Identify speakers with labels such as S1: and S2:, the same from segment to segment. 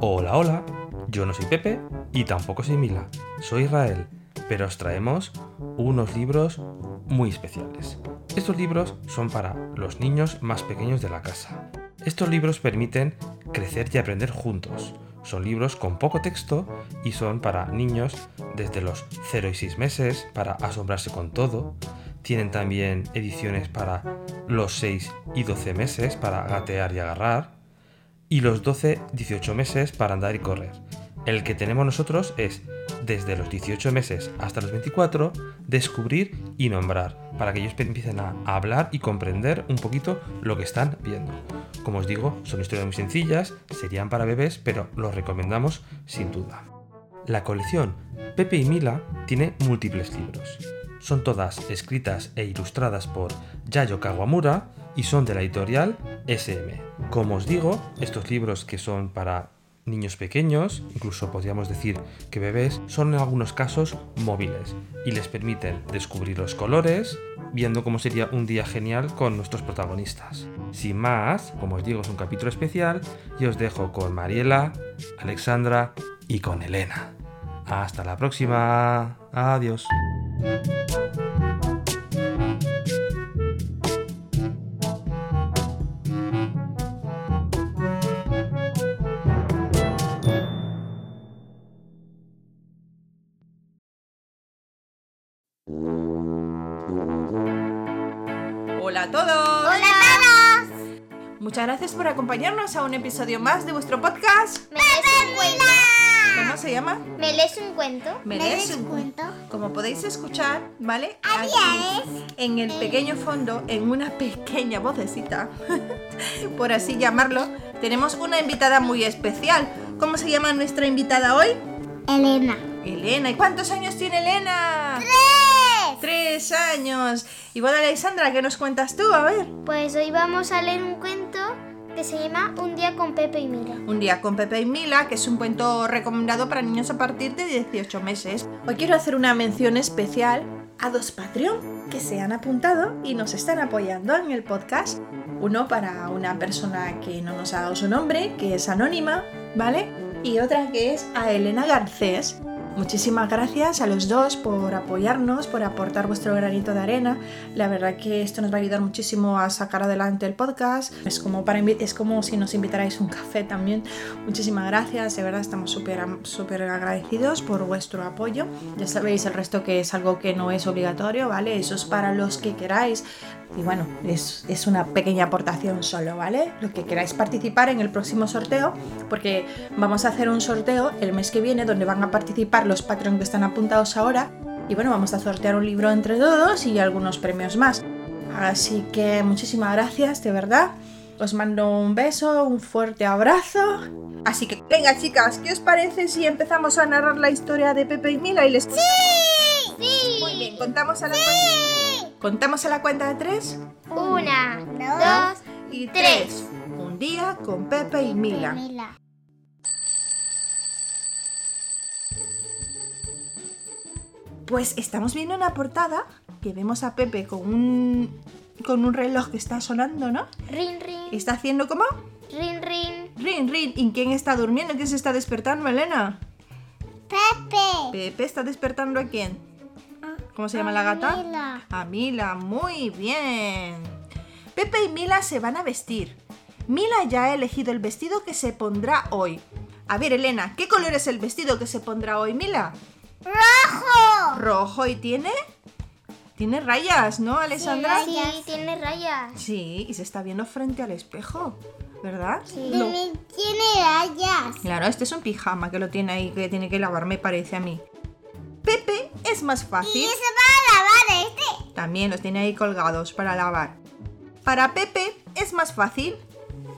S1: Hola, hola. Yo no soy Pepe y tampoco soy Mila. Soy Israel, pero os traemos unos libros muy especiales. Estos libros son para los niños más pequeños de la casa. Estos libros permiten crecer y aprender juntos. Son libros con poco texto y son para niños desde los 0 y 6 meses para asombrarse con todo. Tienen también ediciones para los 6 y 12 meses para gatear y agarrar y los 12-18 meses para andar y correr. El que tenemos nosotros es, desde los 18 meses hasta los 24, descubrir y nombrar, para que ellos empiecen a hablar y comprender un poquito lo que están viendo. Como os digo, son historias muy sencillas, serían para bebés, pero los recomendamos sin duda. La colección Pepe y Mila tiene múltiples libros. Son todas escritas e ilustradas por Yayo Kawamura y son de la editorial SM. Como os digo, estos libros que son para niños pequeños, incluso podríamos decir que bebés, son en algunos casos móviles y les permiten descubrir los colores, viendo cómo sería un día genial con nuestros protagonistas. Sin más, como os digo, es un capítulo especial y os dejo con Mariela, Alexandra y con Elena. Hasta la próxima. Adiós.
S2: Hola a todos.
S3: Hola a todos.
S2: Muchas gracias por acompañarnos a un episodio más de vuestro podcast.
S3: ¿Me lees un cuento?
S2: ¿Cómo se llama?
S3: ¿Me lees un cuento?
S2: ¿Me lees un cuento? Como podéis escuchar, ¿vale? Aquí, en el pequeño fondo, en una pequeña vocecita, por así llamarlo, tenemos una invitada muy especial. ¿Cómo se llama nuestra invitada hoy?
S4: Elena.
S2: Elena. ¿Y cuántos años tiene Elena?
S3: ¡Tres!
S2: Tres años. Y bueno, Alexandra, ¿qué nos cuentas tú? A ver.
S3: Pues hoy vamos a leer un cuento que se llama Un día con Pepe y Mila.
S2: Un día con Pepe y Mila, que es un cuento recomendado para niños a partir de 18 meses. Hoy quiero hacer una mención especial a dos Patreon que se han apuntado y nos están apoyando en el podcast. Uno para una persona que no nos ha dado su nombre, que es anónima, ¿vale? Y otra que es a Elena Garcés. Muchísimas gracias a los dos por apoyarnos, por aportar vuestro granito de arena. La verdad que esto nos va a ayudar muchísimo a sacar adelante el podcast. Es como, para, invi- es como si nos invitarais un café también. Muchísimas gracias, de verdad estamos súper am- súper agradecidos por vuestro apoyo. Ya sabéis el resto que es algo que no es obligatorio, ¿vale? Eso es para los que queráis. Y bueno, es, es una pequeña aportación solo, ¿vale? Lo que queráis participar en el próximo sorteo, porque vamos a hacer un sorteo el mes que viene donde van a participar los Patreon que están apuntados ahora. Y bueno, vamos a sortear un libro entre todos y algunos premios más. Así que muchísimas gracias, de verdad. Os mando un beso, un fuerte abrazo. Así que, venga chicas, ¿qué os parece si empezamos a narrar la historia de Pepe y Mila y les... ¡Sí!
S3: ¡Sí!
S2: Muy bien, contamos a la cuenta... ¿Contamos a la cuenta de tres?
S3: Una, dos,
S2: Y
S3: Tres.
S2: Un día con Pepe y Mila. Pues estamos viendo una portada que vemos a Pepe con un... Con un reloj que está sonando, ¿no?
S3: Rin, rin,
S2: Está haciendo como...
S3: rin, rin.
S2: Rin, rin. ¿Y quién está durmiendo? ¿Quién se está despertando, Elena?
S4: Pepe.
S2: Pepe está despertando a quién? ¿Cómo se llama la gata? A Mila, muy bien. Pepe y Mila se van a vestir. Mila ya ha elegido el vestido que se pondrá hoy. A ver, Elena, ¿qué color es el vestido que se pondrá hoy, Mila? Rojo. Rojo y tiene tiene rayas, ¿no, Alessandra?
S3: Sí, tiene rayas.
S2: Sí, y se está viendo frente al espejo, ¿verdad? Sí.
S4: Tiene rayas.
S2: Claro, este es un pijama que lo tiene ahí, que tiene que lavar, me parece a mí. Pepe es más fácil.
S4: se va a lavar este.
S2: También los tiene ahí colgados para lavar. Para Pepe es más fácil.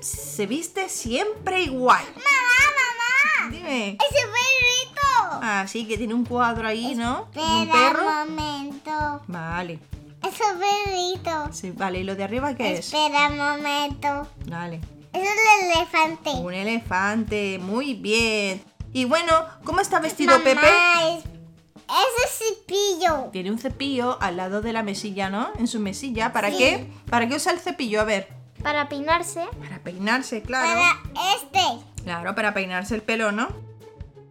S2: Se viste siempre igual.
S4: ¡Mamá, mamá!
S2: Dime.
S4: ¡Es un perrito!
S2: Así que tiene un cuadro ahí, ¿no? De Ah, Un
S4: Espera
S2: perro.
S4: un momento.
S2: Vale.
S4: Es un perrito.
S2: Sí, vale. ¿Y lo de arriba qué es?
S4: Espera un momento.
S2: Vale.
S4: Es un elefante.
S2: Un elefante. Muy bien. Y bueno, ¿cómo está vestido
S4: Mamá,
S2: Pepe?
S4: Es, es un cepillo.
S2: Tiene un cepillo al lado de la mesilla, ¿no? En su mesilla. ¿Para
S4: Sí.
S2: qué? ¿Para qué usa el cepillo? A ver.
S3: Para peinarse,
S2: Para peinarse, claro.
S4: Para este.
S2: Claro, para peinarse el pelo, ¿no?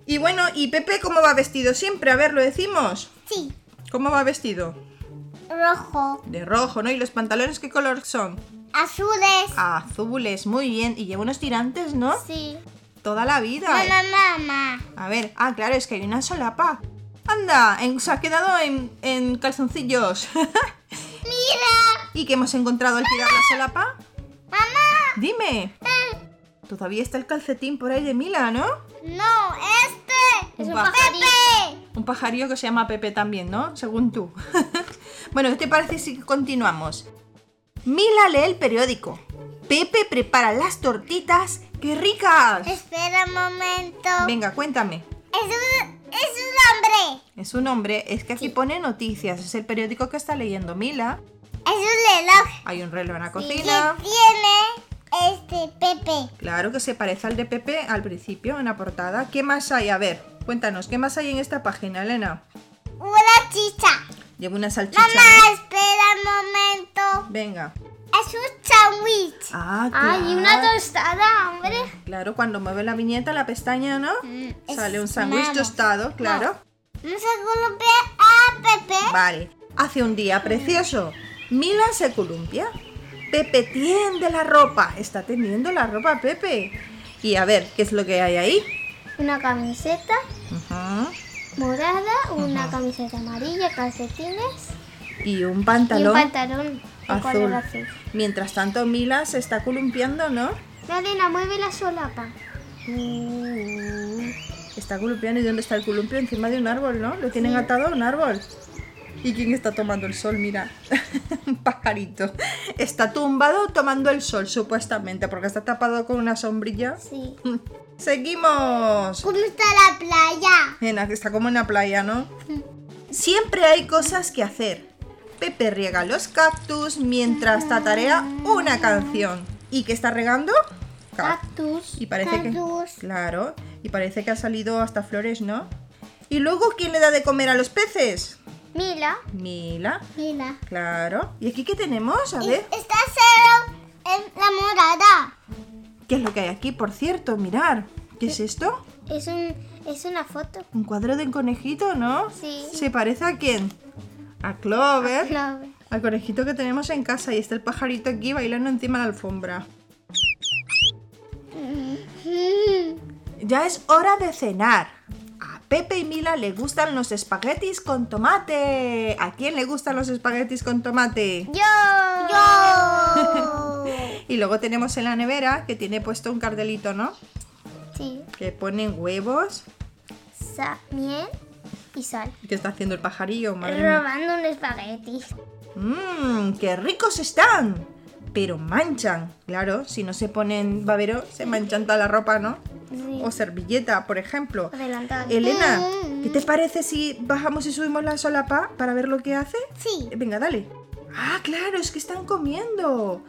S2: Y bueno, ¿y Pepe cómo va vestido siempre? A ver, lo decimos.
S4: Sí.
S2: ¿Cómo va vestido?
S4: Rojo.
S2: De rojo, ¿no? ¿Y los pantalones qué color son?
S4: Azules.
S2: Azules, muy bien. Y lleva unos tirantes, ¿no?
S3: sí.
S2: Toda la vida.
S4: Mamá, mamá.
S2: A ver, ah, claro, es que hay una solapa. Anda, en- se ha quedado en, en calzoncillos.
S4: Mira.
S2: ¿Y qué hemos encontrado al tirar la solapa?
S4: Mamá.
S2: Dime. Todavía está el calcetín por ahí de Mila, ¿no?
S4: No, este.
S3: Es un
S2: Va.
S3: pajarito.
S4: Pepe.
S2: Un pajarillo que se llama Pepe también, ¿no? Según tú. bueno, ¿qué te parece si continuamos? Mila lee el periódico. Pepe prepara las tortitas. ¡Qué ricas!
S4: Espera un momento.
S2: Venga, cuéntame.
S4: Es un, es un hombre.
S2: Es un hombre, es que aquí pone noticias, es el periódico que está leyendo Mila.
S4: Es un reloj.
S2: Hay un reloj en la
S4: que
S2: cocina.
S4: tiene este Pepe.
S2: Claro que se parece al de Pepe al principio, en la portada. ¿Qué más hay? A ver, cuéntanos, ¿qué más hay en esta página, Elena?
S4: Una chicha.
S2: Lleva una salchicha.
S4: Mamá, espera un momento.
S2: ¿no? Venga.
S4: Es un sándwich.
S2: Ah,
S3: ¡Ay, y una
S2: claro.
S3: tostada, hombre!
S2: Claro, cuando mueve la viñeta, la pestaña, ¿no?
S4: Mm, es-
S2: Sale un sándwich
S4: vamos.
S2: tostado, claro.
S4: Vamos a golpear a Pepe.
S2: Vale. Hace un día precioso. Mila se columpia. Pepe tiende la ropa. Está tendiendo la ropa Pepe. Y a ver, ¿qué es lo que hay ahí?
S3: Una camiseta
S2: Ujú.
S3: morada, una camiseta amarilla, calcetines
S2: Y un
S3: y un
S2: pantalón
S3: pantalón de
S2: azul.
S3: color azul.
S2: Mientras tanto, Mila se está columpiando, ¿no?
S3: Elena, mueve la solapa.
S2: Está columpiando. ¿Y dónde está el columpio? Encima de un árbol, ¿no? Lo tienen atado a un árbol. ¿Y quién está tomando el sol? Mira, un pajarito. Está tumbado tomando el sol, supuestamente, porque está tapado con una sombrilla.
S3: Sí.
S2: Seguimos.
S4: ¿Cómo está la playa?
S2: En la que está como en la playa, ¿no? Siempre hay cosas que hacer. Pepe riega los cactus mientras tatarea una canción. ¿Y qué está regando? Cactus.
S3: Cactus.
S2: Y parece que.
S4: cactus.
S2: Claro. Y parece que ha salido hasta flores, ¿no? ¿Y luego quién le da de comer a los peces?
S3: Mila.
S2: Mila.
S4: Mira.
S2: Claro. ¿Y aquí qué tenemos? A
S4: Y
S2: ver.
S4: está cero en la morada.
S2: ¿Qué es lo que hay aquí? Por cierto, mirar. ¿Qué es esto?
S3: Es, un, es una foto.
S2: Un cuadro de un conejito, ¿no?
S3: Sí.
S2: ¿Se parece a quién? A Clover.
S3: La-
S2: Al conejito que tenemos en casa y está el pajarito aquí bailando encima de la alfombra. Ya es hora de cenar. A Pepe y Mila le gustan los espaguetis con tomate. ¿A quién le gustan los espaguetis con tomate?
S4: Yo.
S2: Y luego tenemos en la nevera que tiene puesto un cardelito, ¿no?
S3: Sí.
S2: Que ponen huevos.
S3: Sa- miel y sal.
S2: ¿Qué está haciendo el pajarillo? Madre mía.
S3: Robando un espagueti.
S2: Mmm, qué ricos están. Pero manchan. Claro, si no se ponen babero, se manchan toda la ropa, ¿no?
S3: Sí.
S2: O servilleta, por ejemplo.
S3: Adelantado. Mm.
S2: Elena, ¿qué te parece si bajamos y subimos la solapa para ver lo que hace?
S4: Sí.
S2: Eh, Venga, dale. Ah, claro, es que están comiendo.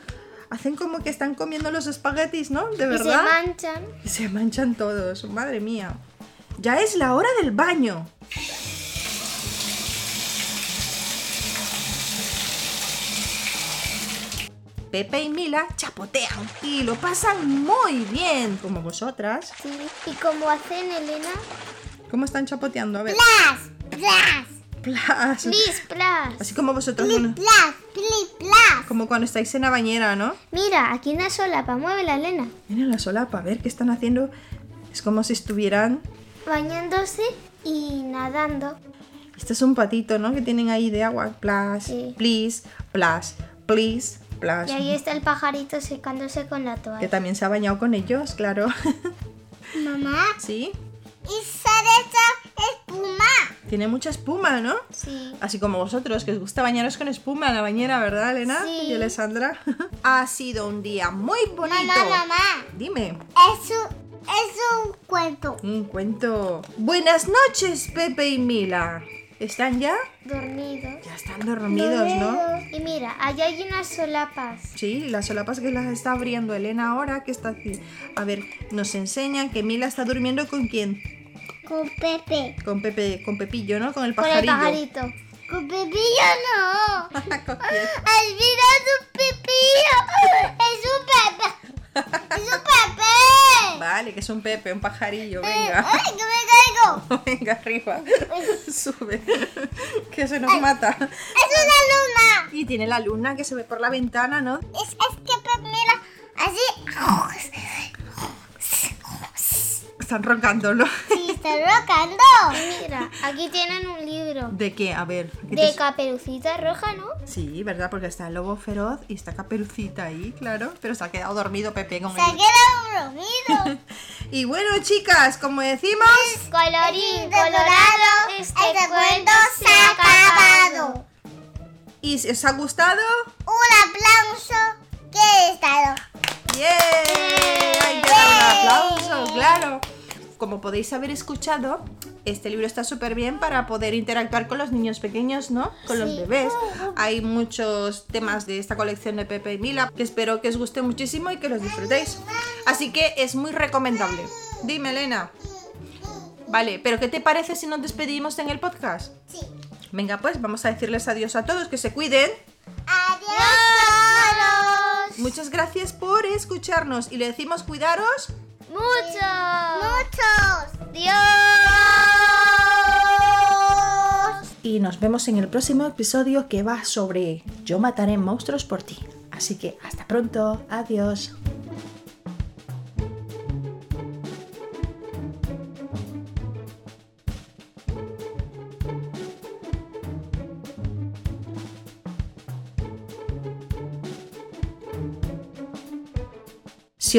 S2: Hacen como que están comiendo los espaguetis, ¿no? De
S3: Y se
S2: verdad.
S3: manchan.
S2: Y se manchan todos, madre mía. Ya es la hora del baño. Pepe y Mila chapotean y lo pasan muy bien, como vosotras.
S3: Sí. Y como hacen Elena.
S2: ¿Cómo están chapoteando? A ver.
S4: Plas, plas,
S2: Plas.
S3: Plis, plas.
S2: Así como vosotras, bueno,
S4: plas, pli, plas.
S2: como cuando estáis en la bañera, ¿no?
S3: Mira, aquí una solapa. Mueve la Elena.
S2: Miren la solapa, a ver qué están haciendo. Es como si estuvieran.
S3: Bañándose y nadando.
S2: Este es un patito, ¿no? Que tienen ahí de agua. Plas,
S3: Sí.
S2: please, plas, please, plas.
S3: Y ahí está el pajarito secándose con la
S2: Que
S3: toalla.
S2: también se ha bañado con ellos, claro.
S4: Mamá.
S2: sí.
S4: Y sale esa espuma.
S2: Tiene mucha espuma, ¿no?
S3: Sí.
S2: Así como vosotros, que os gusta bañaros con espuma en la bañera, ¿verdad, Elena?
S3: Sí.
S2: Y Alessandra. Ha sido un día muy bonito.
S4: Mamá, mamá.
S2: Dime.
S4: Es un, es un cuento.
S2: Un cuento. Buenas noches, Pepe y Mila. ¿Están ya?
S3: dormidos.
S2: Ya están dormidos, ¿no?
S3: Y mira, allá hay unas solapas.
S2: Sí, las solapas que las está abriendo Elena ahora, que está aquí. A ver, nos enseñan que Mila está durmiendo con quién?
S4: Con Pepe.
S2: Con Pepe, con Pepillo, ¿no? Con el
S3: Con el
S2: pajarillo.
S3: pajarito.
S4: Con Pepillo no.
S2: Con quién.
S4: Al final es un Pepillo. Es un Pepe. Es un Pepe. Eh,
S2: Vale, que es un Pepe, un pajarillo, venga.
S4: ¡Ay, que me caigo!
S2: Venga, arriba. Sube. Que se nos mata.
S4: ¡Es una luna!
S2: Y tiene la luna que se ve por la ventana, ¿no?
S4: Es, es que Pepe mira así.
S2: Están roncándolo.
S4: Sí, está rocando.
S3: Mira, aquí tienen un libro
S2: ¿De qué? A ver. ¿qué te-
S3: de caperucita roja, ¿no?
S2: Sí, ¿verdad? Porque está el lobo feroz y está Caperucita ahí, claro. Pero se ha quedado dormido Pepe con
S4: Se ha
S2: él.
S4: quedado dormido.
S2: Y bueno, chicas, como decimos...
S3: Colorín
S4: Colorado,
S3: colorado,
S4: este cuento se ha acabado.
S2: ¿Y si os ha gustado?
S4: Un aplauso que he estado.
S2: ¡Yay! Hay que dar un aplauso, claro. Como podéis haber escuchado, este libro está súper bien para poder interactuar con los niños pequeños, ¿no? Con los bebés. Hay muchos temas de esta colección de Pepe y Mila que espero que os guste muchísimo y que los disfrutéis. Así que es muy recomendable. Dime, Elena. Vale, pero ¿qué te parece si nos despedimos en el podcast?
S4: Sí.
S2: Venga, pues vamos a decirles adiós a todos, que se cuiden.
S4: Adiós.
S2: Muchas gracias por escucharnos y le decimos cuidaros.
S3: Mucho.
S4: Muchos.
S2: Y nos vemos en el próximo episodio que va sobre Yo mataré monstruos por ti. Así que hasta pronto, adiós. Si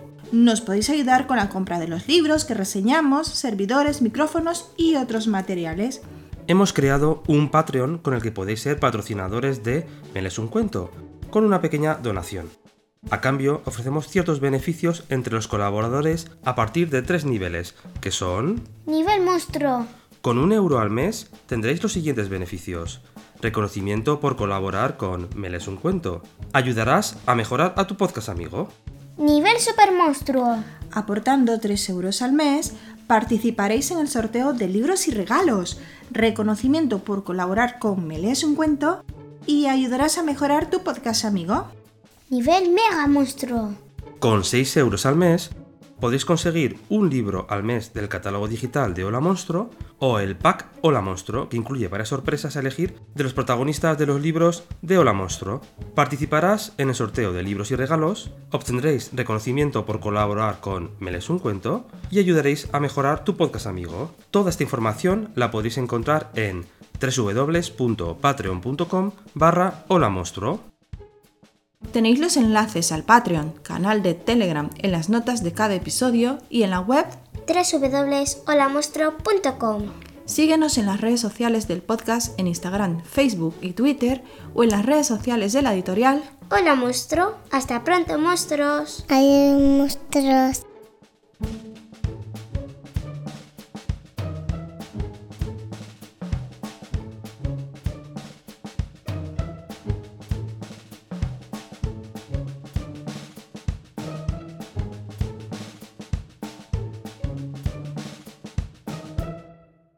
S2: Nos podéis ayudar con la compra de los libros que reseñamos, servidores, micrófonos y otros materiales.
S1: Hemos creado un Patreon con el que podéis ser patrocinadores de Me lees un cuento, con una pequeña donación. A cambio, ofrecemos ciertos beneficios entre los colaboradores a partir de tres niveles, que son...
S3: Nivel monstruo.
S1: Con un euro al mes tendréis los siguientes beneficios. Reconocimiento por colaborar con Me lees un cuento. Ayudarás a mejorar a tu podcast amigo.
S3: Nivel super monstruo.
S2: Aportando 3 euros al mes, participaréis en el sorteo de libros y regalos, reconocimiento por colaborar con Me Lees un Cuento y ayudarás a mejorar tu podcast amigo.
S3: Nivel mega monstruo.
S1: Con 6 euros al mes podéis conseguir un libro al mes del catálogo digital de Hola Monstruo o el pack Hola Monstruo, que incluye varias sorpresas a elegir de los protagonistas de los libros de Hola Monstruo. Participarás en el sorteo de libros y regalos, obtendréis reconocimiento por colaborar con Me lees un cuento y ayudaréis a mejorar tu podcast amigo. Toda esta información la podéis encontrar en www.patreon.com barra Hola Monstruo.
S2: Tenéis los enlaces al Patreon, canal de Telegram en las notas de cada episodio y en la web.
S3: www.holamonstruo.com
S2: Síguenos en las redes sociales del podcast en Instagram, Facebook y Twitter o en las redes sociales de la editorial
S3: Hola monstruo. Hasta pronto monstruos.
S4: Adiós, monstruos.